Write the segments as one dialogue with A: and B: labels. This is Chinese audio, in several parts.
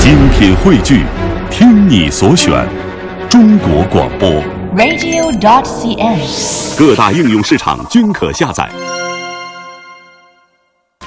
A: 精品汇聚，听你所选，中国广播。
B: radio.cn。
A: 各大应用市场均可下载。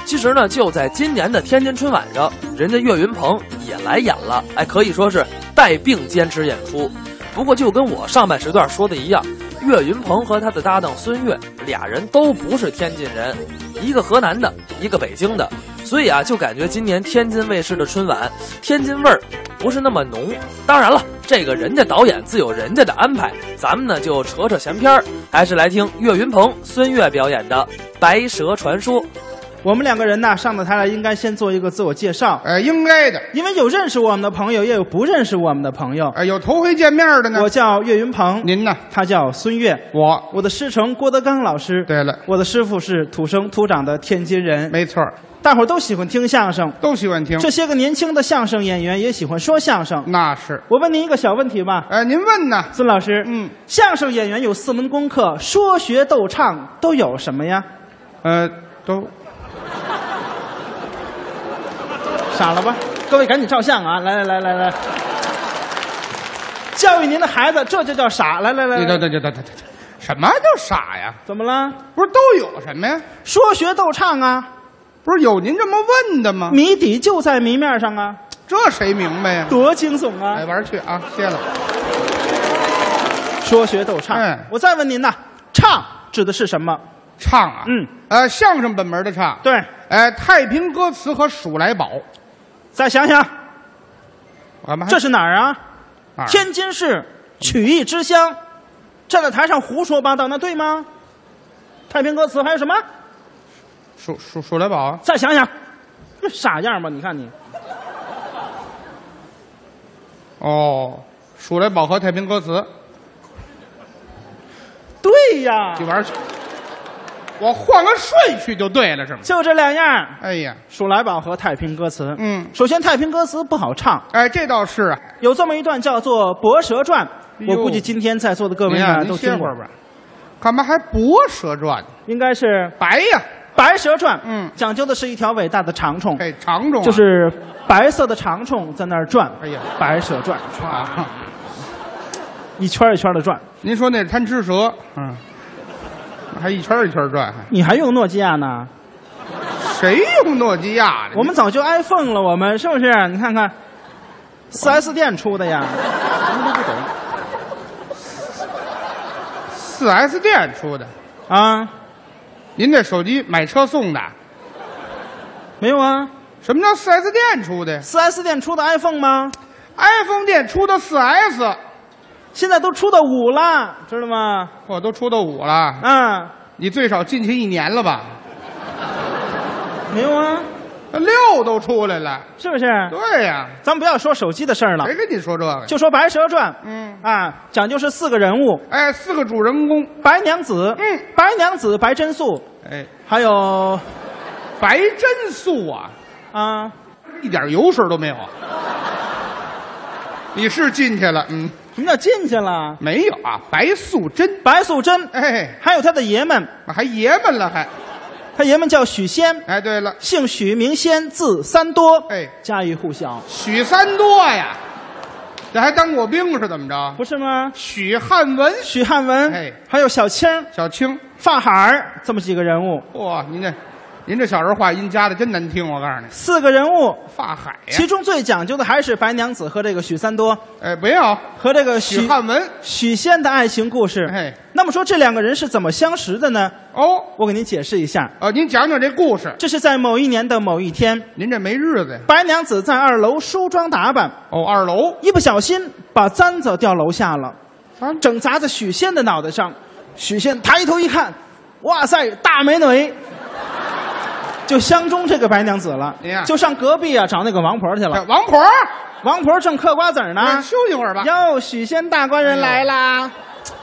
C: 其实呢，就在今年的天津春晚上，人家岳云鹏也来演了，哎，可以说是带病坚持演出。不过就跟我上半时段说的一样，岳云鹏和他的搭档孙越俩人都不是天津人，一个河南的，一个北京的，所以啊，就感觉今年天津卫视的春晚天津味儿不是那么浓。当然了，这个人家导演自有人家的安排，咱们呢就扯扯闲篇儿，还是来听岳云鹏、孙越表演的《白蛇传说》。
D: 我们两个人呢，上到台来应该先做一个自我介绍，
E: 呃，应该的。
D: 因为有认识我们的朋友，也有不认识我们的朋友。
E: 呃，有头回见面的呢。
D: 我叫岳云鹏，
E: 您呢？
D: 他叫孙越，
E: 我。
D: 我的师承郭德纲老师。
E: 对了
D: 我的师傅是土生土长的天津人。
E: 没错儿，
D: 大伙儿都喜欢听相声，
E: 都喜欢听。
D: 这些个年轻的相声演员也喜欢说相声。
E: 那是。
D: 我问您一个小问题吧，
E: 呃，您问呢？
D: 孙老师，
E: 嗯，
D: 相声演员有四门功课，说学逗唱都有什么呀？
E: 呃，都
D: 傻了吧？各位赶紧照相啊！来来来来来，教育您的孩子，这就叫傻！来来来来
E: 对对对对对对对，什么叫傻呀？
D: 怎么了？
E: 不是都有什么呀？
D: 说学逗唱啊，
E: 不是有您这么问的吗？
D: 谜底就在谜面上啊，
E: 这谁明白呀？
D: 多惊悚
E: 哎，
D: 啊！
E: 玩儿去啊！谢了。
D: 说学逗唱，
E: 哎
D: 我再问您呐，唱指的是什么？
E: 唱啊，
D: 嗯，
E: 呃，相声本门的唱。
D: 对，
E: 呃，太平歌词和数来宝，
D: 再想想，
E: 我们还
D: 这是哪儿啊？
E: 哎哪儿
D: 天津市曲艺之乡，站在台上胡说八道，那对吗？太平歌词还有什么？
E: 数数数来宝啊，
D: 再想想，这傻样吧？你看你，
E: 哦，数来宝和太平歌词。
D: 对呀，
E: 你玩儿去。我换个顺序就对了，是吗？
D: 就这两样儿。
E: 哎呀，
D: 数来宝和太平歌词。
E: 嗯
D: 首先太平歌词不好唱，
E: 哎，这倒是啊。
D: 有这么一段叫做《博蛇传》，
E: 哎呦
D: 我估计今天在座的各位
E: 您呀，
D: 呢
E: 您
D: 都
E: 歇
D: 听
E: 会
D: 过
E: 儿，吧。干嘛还《博蛇传》呢？
D: 应该是
E: 白呀，
D: 《白蛇传》。
E: 嗯
D: 讲究的是一条伟大的长虫，
E: 哎，长种啊
D: 就是白色的长虫在那儿转。
E: 哎呀
D: 白蛇转，
E: 啊。
D: 一圈儿一圈的转。
E: 您说那是贪吃蛇，嗯，还一圈儿一圈儿转，还
D: 你还用诺基亚呢？
E: 谁用诺基亚的？
D: 我们早就 iPhone 了，我们是不是？你看看，4S 店出的呀。
E: 您都不懂。四 S 店出的，
D: 啊，
E: 您这手机买车送的？
D: 没有啊
E: 什么叫四 S 店出的呀
D: ，4S 店出的 iPhone 吗？
E: ？iPhone 店出的四 S，
D: 现在都出到五了，知道吗？
E: 我都出到五了。
D: 啊，
E: 你最少进去一年了吧？
D: 没有啊，
E: 六都出来了。
D: 是不是？
E: 对呀、
D: 咱不要说手机的事儿了
E: 谁，跟你说这个？
D: 就说《白蛇传》。
E: 嗯，
D: 啊，讲究是四个人物：
E: 哎，四个主人公，
D: 白娘子，
E: 嗯，
D: 白娘子、白贞素，
E: 哎，
D: 还有
E: 白真素啊，
D: 啊，
E: 一点油水都没有。 你是进去了，嗯，
D: 什么叫进去了？
E: 没有啊，白素贞，
D: 白素贞，
E: 哎，
D: 还有她的爷们，
E: 还爷们了还，
D: 她爷们叫许仙，
E: 哎，对了，
D: 姓许，名仙，字三多，
E: 哎
D: 家喻户晓，
E: 许三多呀，这还当过兵是怎么着？
D: 不是吗？
E: 许汉文，
D: 许汉文，
E: 哎
D: 还有小青、
E: 小青，
D: 发海儿，这么几个人物，
E: 哇，您这，您这小时候话音加的真难听，我告诉你，
D: 四个人物，
E: 发海哎呀，
D: 其中最讲究的还是白娘子和这个许三多
E: 哎，不要
D: 和这个
E: 许
D: 许
E: 汉文
D: 许仙的爱情故事。
E: 哎
D: 那么说这两个人是怎么相识的呢？
E: 哦，
D: 我给您解释一下，
E: 呃，您讲讲这故事。
D: 这是在某一年的某一天，
E: 您这没日子呀？
D: 白娘子在二楼梳妆打扮，
E: 哦，二楼
D: 一不小心把簪子掉楼下了，
E: 啊，
D: 整砸在许仙的脑袋上。许仙抬头一看，哇塞，大美女！就相中这个白娘子了
E: 哎呀，
D: 就上隔壁啊找那个王婆去了。
E: 哎王婆
D: 王婆正嗑瓜子儿呢，
E: 休息会哎儿吧。
D: 哟，许仙大官人来啦！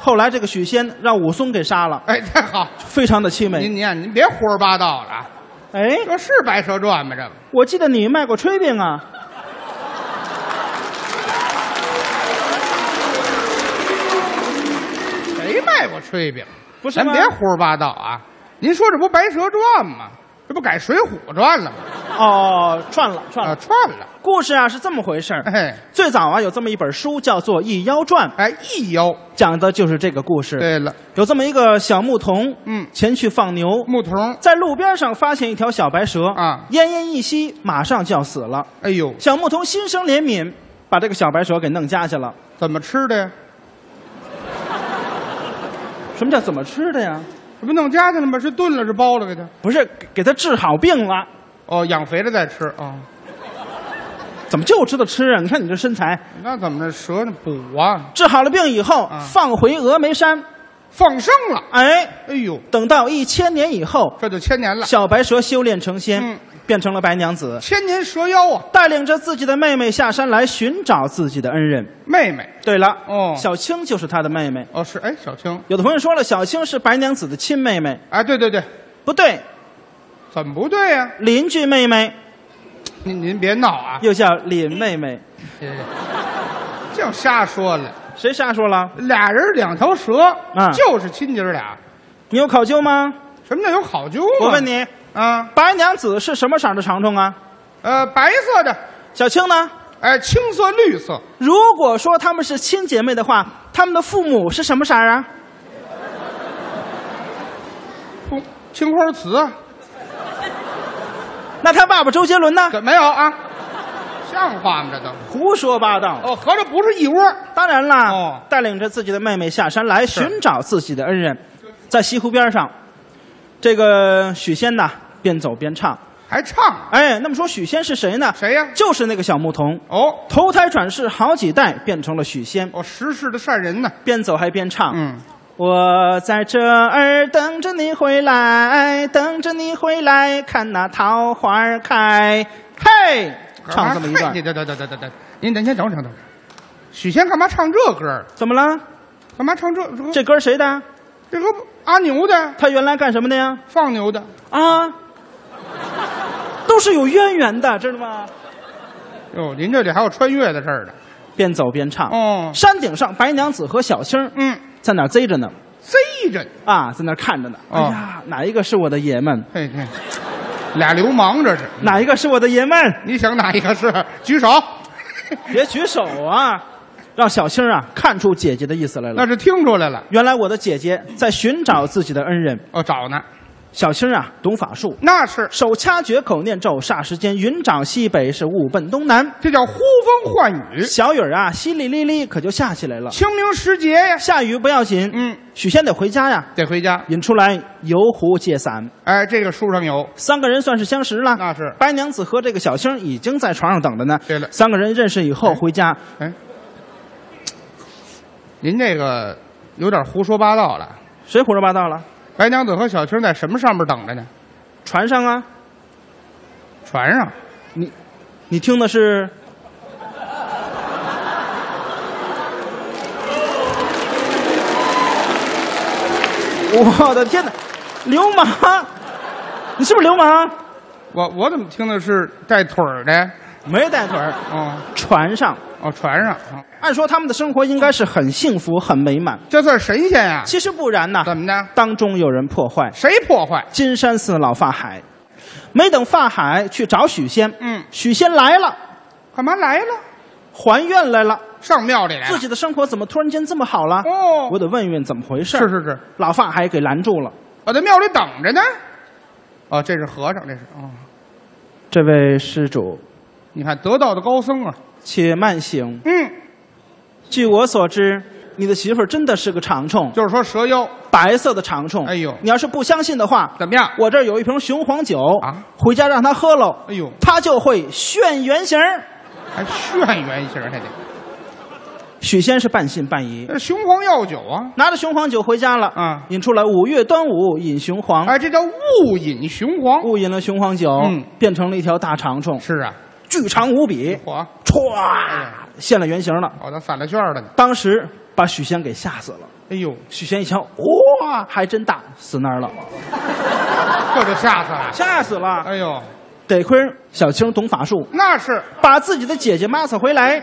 D: 后来这个许仙让武松给杀了，
E: 哎，太好，
D: 非常的凄美。
E: 您您啊您别胡说八道了啊！
D: 哎，
E: 这是《白蛇传》吗？这个
D: 我记得你卖过炊饼 啊，
E: 谁卖过炊饼？
D: 不是
E: 咱
D: 吗
E: 别胡说八道啊！您说这不《白蛇传》吗？这不改《水浒传》了吗？
D: 哦，串了串
E: 啊，
D: 了。
E: 串了，
D: 故事啊是这么回事儿，
E: 哎
D: 最早啊有这么一本书叫做《一妖传》，
E: 哎，一腰。
D: 讲的就是这个故事。
E: 对了，
D: 有这么一个小牧童，
E: 嗯
D: 前去放牛，
E: 牧童，
D: 在路边上发现一条小白蛇
E: 啊
D: 奄奄一息，马上就要死了。
E: 哎呦，
D: 小牧童心生怜悯，把这个小白蛇给弄家去了。
E: 怎么吃的呀？
D: 什么叫怎么吃的呀？
E: 这不弄家去了吗？是炖了是包了给他？
D: 不是给给他治好病了，
E: 哦，养肥了再吃啊、
D: 怎么就知道吃啊？你看你这身材，
E: 那怎么着？蛇呢补啊，
D: 治好了病以后、
E: 啊
D: 放回峨眉山，
E: 放生了。
D: 哎，
E: 哎呦，
D: 等到一千年以后，
E: 这就千年了，
D: 小白蛇修炼成仙，
E: 嗯
D: 变成了白娘子，
E: 千年蛇妖啊，
D: 带领着自己的妹妹下山来寻找自己的恩人。
E: 妹妹。
D: 对了，
E: 哦
D: 小青就是她的妹妹。
E: 哦，是哎，小青。
D: 有的朋友说了，小青是白娘子的亲妹妹，
E: 哎，对对对，
D: 不对，
E: 怎么不对呀、啊
D: 邻居妹妹
E: 您您别闹啊，
D: 又叫林妹妹，
E: 这
D: 哎
E: 净瞎说了。
D: 谁瞎说了？
E: 俩人两条蛇，
D: 嗯
E: 就是亲姐儿俩。
D: 你有考究吗？
E: 什么叫有考究啊？
D: 我问你，
E: 啊，
D: 白娘子是什么色儿的长虫啊？
E: 呃，白色的，
D: 小青呢？
E: 哎，青色、绿色，
D: 如果说她们是亲姐妹的话，她们的父母是什么色儿啊？
E: 不，青花瓷啊，
D: 那她爸爸周杰伦呢？
E: 怎没有啊？像话吗？这都
D: 胡说八道！
E: 哦，合着不是一窝。
D: 当然啦，
E: 哦
D: 带领着自己的妹妹下山来寻找自己的恩人，在西湖边上，这个许仙呐边走边唱。
E: 还唱
D: 哎，那么说许仙是谁呢？
E: 谁呀
D: 就是那个小牧童，
E: 哦
D: 投胎转世好几代变成了许仙，
E: 哦，时世的善人呢？
D: 边走还边唱。
E: 嗯，
D: 我在这儿等着你回来，等着你回来，看那桃花儿开。嘿，唱这么一
E: 哎
D: 段
E: 你，等等等等等等，您您先等会儿等会儿等会儿。许仙干嘛唱这歌儿？
D: 怎么了？
E: 干嘛唱这这个
D: 这歌谁的？
E: 这个不阿牛的
D: 他原来干什么的呀？
E: 放牛的，
D: 啊，都是有渊源的，知道吗？
E: 哟，您这里还有穿越的事儿呢。
D: 边走边唱。
E: 哦，
D: 山顶上，白娘子和小青儿
E: 嗯，
D: 在那儿贼着呢，
E: 贼着，
D: 啊，在那儿看着呢。哎
E: 哦
D: 呀，哪一个是我的爷们？
E: 嘿嘿，俩流氓这是。
D: 哪一个是我的爷们？
E: 你想哪一个是？举手。
D: 别举手啊！让小青儿啊看出姐姐的意思来了。
E: 那是听出来了。
D: 原来我的姐姐在寻找自己的恩人。
E: 哦，找呢，
D: 小青啊，懂法术，
E: 那是
D: 手掐诀，口念咒，霎时间云掌西北，是雾奔东南。
E: 这叫呼风唤雨。
D: 小雨儿啊，淅沥沥沥，可就下起来了。
E: 清明时节呀，
D: 下雨不要紧，
E: 嗯，
D: 许仙得回家呀。
E: 得回家。
D: 引出来游湖借伞，
E: 哎，这个书上有，
D: 三个人算是相识了。
E: 那是
D: 白娘子和这个小青儿已经在床上等着呢。
E: 对了
D: 三个人认识以后回家，
E: 哎，您这个有点胡说八道了。
D: 谁胡说八道了？
E: 白娘子和小青在什么上面等着呢？
D: 船上啊，
E: 船上。
D: 你听的是 我的天哪，流氓！你是不是流氓？
E: 我我怎么听的是带腿儿的？
D: 没带腿儿，
E: 哦
D: 船上。
E: 哦，船上。哦
D: 按说他们的生活应该是很幸福、很美满，
E: 这算神仙呀、
D: 其实不然呐。
E: 怎么的？
D: 当中有人破坏，
E: 谁破坏？
D: 金山寺老发海，没等发海去找许仙，
E: 嗯
D: 许仙来了，
E: 干嘛来了？
D: 还愿来了，
E: 上庙里来了
D: 自己的生活怎么突然间这么好了？
E: 哎哦
D: 我得问一问怎么回事。
E: 是是是，
D: 老发海给拦住了。
E: 我在庙里等着呢。哦，这是和尚，这是哦。
D: 这位施主，
E: 你看得道的高僧啊，
D: 且慢行。
E: 嗯，
D: 据我所知，你的媳妇儿真的是个长虫，
E: 就是说蛇妖
D: 白色的长虫。
E: 哎呦
D: 你要是不相信的话，
E: 怎么样？
D: 我这儿有一瓶雄黄酒
E: 啊
D: 回家让她喝喽。
E: 哎呦
D: 她就会现原形儿。
E: 还炫圆形儿还得，
D: 许仙是半信半疑，
E: 这雄黄药酒啊，
D: 拿着雄黄酒回家了。
E: 啊
D: 引出来五月端午饮雄黄，
E: 哎，这叫误饮雄黄。
D: 嗯误饮了雄黄酒，
E: 嗯
D: 变成了一条大长虫，
E: 是啊，
D: 巨长无比，
E: 火
D: 歘，现了原形了。
E: 搞到散了旋儿了呢。
D: 当时把许仙给吓死了。
E: 哎呦，
D: 许仙一瞧，哇，还真大，死那儿了，
E: 这就吓死了。
D: 吓死了。
E: 哎呦，
D: 得亏小青懂法术，
E: 那是
D: 把自己的姐姐抹擦回来，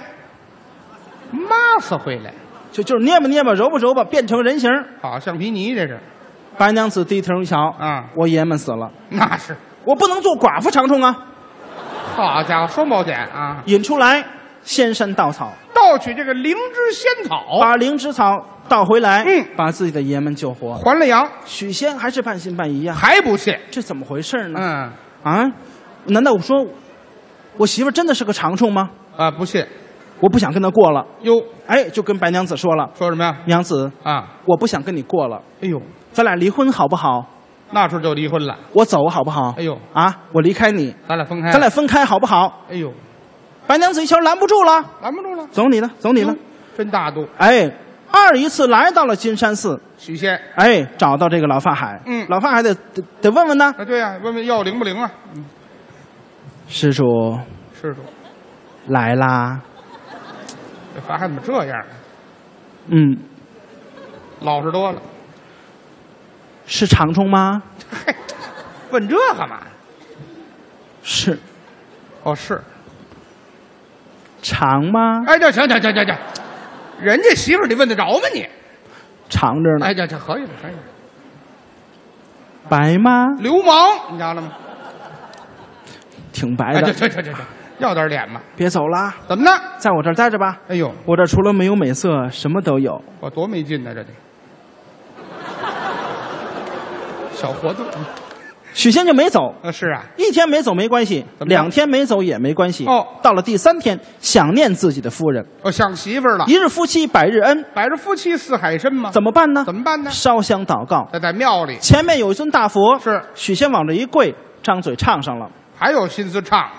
E: 骂死回来，
D: 就就是捏吧捏吧，揉吧揉吧，变成人形儿。
E: 好橡皮泥这是，
D: 白娘子低头一瞧，
E: 啊
D: 我爷们死了，
E: 那是
D: 我不能做寡妇长虫啊，
E: 好家伙，双保险啊！
D: 引出来仙山稻草，
E: 盗取这个灵芝仙草，
D: 把灵芝草倒回来，
E: 嗯
D: 把自己的爷们救活。
E: 还了羊
D: 许仙还是半信半疑呀、
E: 还不信？
D: 这怎么回事呢？
E: 嗯
D: 啊，难道我说我媳妇真的是个长虫吗？
E: 啊，不信
D: 我不想跟她过了。
E: 哟？
D: 哎，就跟白娘子说了，
E: 说什么呀？
D: 娘子，
E: 啊，
D: 我不想跟你过了，
E: 哎呦，
D: 咱俩离婚好不好？
E: 那时候就离婚了，
D: 我走好不好？
E: 哎呦哎
D: 啊，我离开你，
E: 咱俩分开，
D: 咱俩，分开好不好？
E: 哎呦，
D: 白娘子一瞧拦不住了，
E: 拦不住了，
D: 走你的，走你的
E: 哟。真大度，
D: 哎，二一次来到了金山寺，
E: 许仙
D: 哎，找到这个老法海，
E: 嗯
D: 老法海得得得问问呢，
E: 啊，对呀、问问药灵不灵啊？嗯
D: 施主
E: 师傅，
D: 来啦，
E: 这法海怎么这样啊？
D: 嗯，
E: 老实多了，
D: 是长虫吗？
E: 嘿，问这干嘛？
D: 是
E: 哦，是，
D: 长吗？
E: 哎，这行行行行行，人家媳妇儿你问得着吗你？
D: 长着呢。
E: 哎，这这可以了，可以了，
D: 白吗？
E: 流氓，你知道了吗？
D: 挺白
E: 哎，
D: 的
E: 这。这这这这，要点脸吧？
D: 别走啦，
E: 怎么呢？
D: 在我这儿待着吧。
E: 哎呦，
D: 我这除了没有美色，什么都有。
E: 我多没劲呢、这得。小活 动，
D: 许仙就没走，
E: 呃，是啊，
D: 一天没走没关系，
E: 怎么样
D: 两天没走也没关系。
E: 哦
D: 到了第三天，想念自己的夫人，
E: 我想哦媳妇儿了
D: 一，日夫妻百日恩，
E: 百日夫妻似海深嘛，
D: 怎么办呢？
E: 怎么办呢？
D: 烧香祷告。
E: 在在庙里
D: 前面有一尊大佛，
E: 是
D: 许仙往这一跪，张嘴唱上了。
E: 还有心思唱，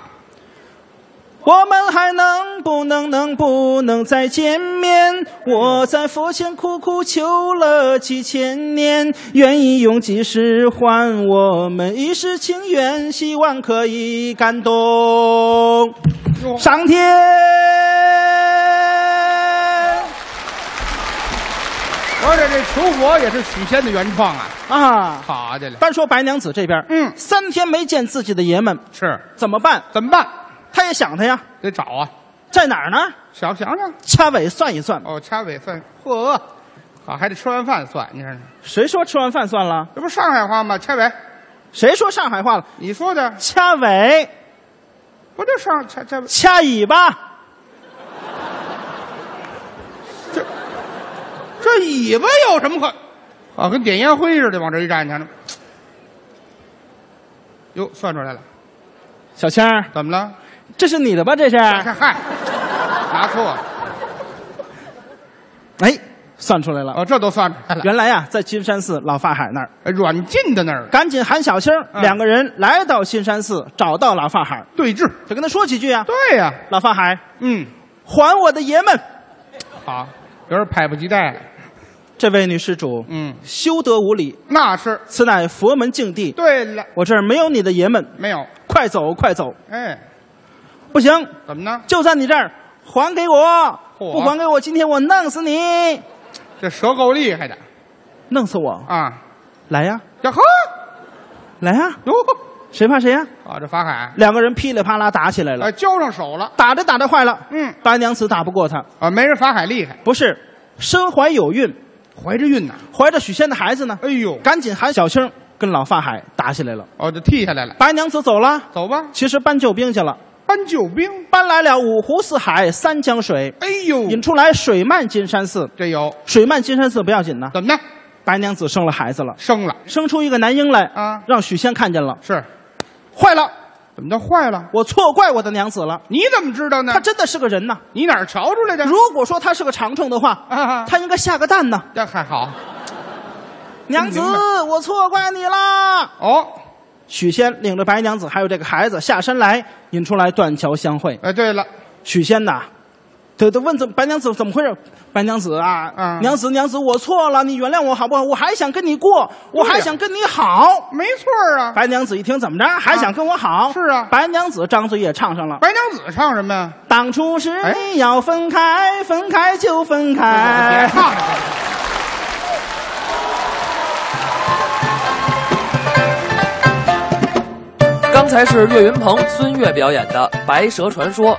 D: 我们还能不能能不能再见面？我在佛前苦苦求了几千年，愿意用几世换我们一世情缘，希望可以感动
E: 哟
D: 上天。
E: 而且这求佛也是许仙的原创啊，
D: 啊，
E: 好家伙，
D: 单说白娘子这边，
E: 嗯
D: 三天没见自己的爷们，
E: 是
D: 怎么办？
E: 怎么办？
D: 他也想他呀，
E: 得找啊，
D: 在哪儿呢？
E: 想想想，
D: 掐尾算一算，
E: 哦，掐尾算，嚯，好，还得吃完饭算，你看
D: 谁说吃完饭算了？
E: 这不上海话吗？掐尾，
D: 谁说上海话了？
E: 你说的
D: 掐尾。
E: 不就上掐掐尾？
D: 掐尾巴，
E: 这尾巴有什么可？啊，跟点烟灰似的，往这一站，你看着。哟，算出来了，
D: 小千儿，
E: 怎么了？
D: 这是你的吧？这是？
E: 嗨嗨，拿错了，
D: 哎，算出来了。
E: 哦，这都算出来了，
D: 原来呀、在金山寺老法海那儿，
E: 软禁的那儿
D: 赶紧喊小青儿，
E: 嗯
D: 两个人来到金山寺，找到老法海，
E: 对峙。
D: 就跟他说几句啊。
E: 对呀、
D: 老法海，
E: 嗯，
D: 还我的爷们！
E: 好，有点迫不及待了。
D: 这位女施主，
E: 嗯，
D: 休得无礼，
E: 那是
D: 此乃佛门禁地，
E: 对了，
D: 我这儿没有你的爷们，
E: 没有？
D: 快走，快走！
E: 哎，
D: 不行，
E: 怎么呢？
D: 就在你这儿，还给我！
E: 嚯
D: 不还给我，今天我弄死你！
E: 这蛇够厉害的
D: 弄死我！
E: 啊！
D: 来呀，
E: 这呵
D: 来呀，
E: 哟
D: 谁怕谁呀？
E: 啊，这法海
D: 两个人噼里啪啦打起来了
E: 哎，，交上手了。
D: 打着打着坏了，
E: 嗯
D: 白娘子打不过他，
E: 啊，没人法海厉害，
D: 不是，身怀有孕，
E: 怀着孕呢。
D: 怀着许仙的孩子呢，
E: 哎呦，
D: 赶紧喊小青跟老法海打起来了。
E: 哦，就剃下来了。
D: 白娘子走了，
E: 走吧，
D: 其实搬救兵去了，
E: 搬救兵。
D: 搬来了五湖四海三江水，
E: 哎呦，
D: 引出来水漫金山寺。
E: 这有
D: 水漫金山寺不要紧呐，
E: 怎么呢？
D: 白娘子生了孩子了，
E: 生了
D: 生出一个男婴来
E: 啊
D: 让许仙看见了，
E: 是？
D: 坏了，
E: 怎么叫坏了？
D: 我错怪我的娘子了，
E: 你怎么知道呢
D: 她？真的是个人呐。
E: 你哪儿瞧出来的？
D: 如果说她是个长虫的话，
E: 啊，
D: 她应该下个蛋呢。
E: 这还好
D: 娘子
E: 嗯明，
D: 我错怪你啦！
E: 哦。
D: 许仙领着白娘子还有这个孩子下山来，引出来断桥相会。
E: 哎，对了，
D: 许仙呐，得得问怎白娘子怎么回事？白娘子啊，
E: 嗯
D: 娘子娘子，我错了，你原谅我好不好？我还想跟你过，我还想跟你好。
E: 没错儿啊。
D: 白娘子一听怎么着，还想跟我好？
E: 是啊
D: 白娘子张嘴也唱上了。
E: 白娘子唱什么呀？
D: 当初是
E: 哎
D: 你要分开，分开就分
E: 别
D: 开。
E: 唱了，
C: 刚才是岳云鹏、孙越表演的《白蛇传说》，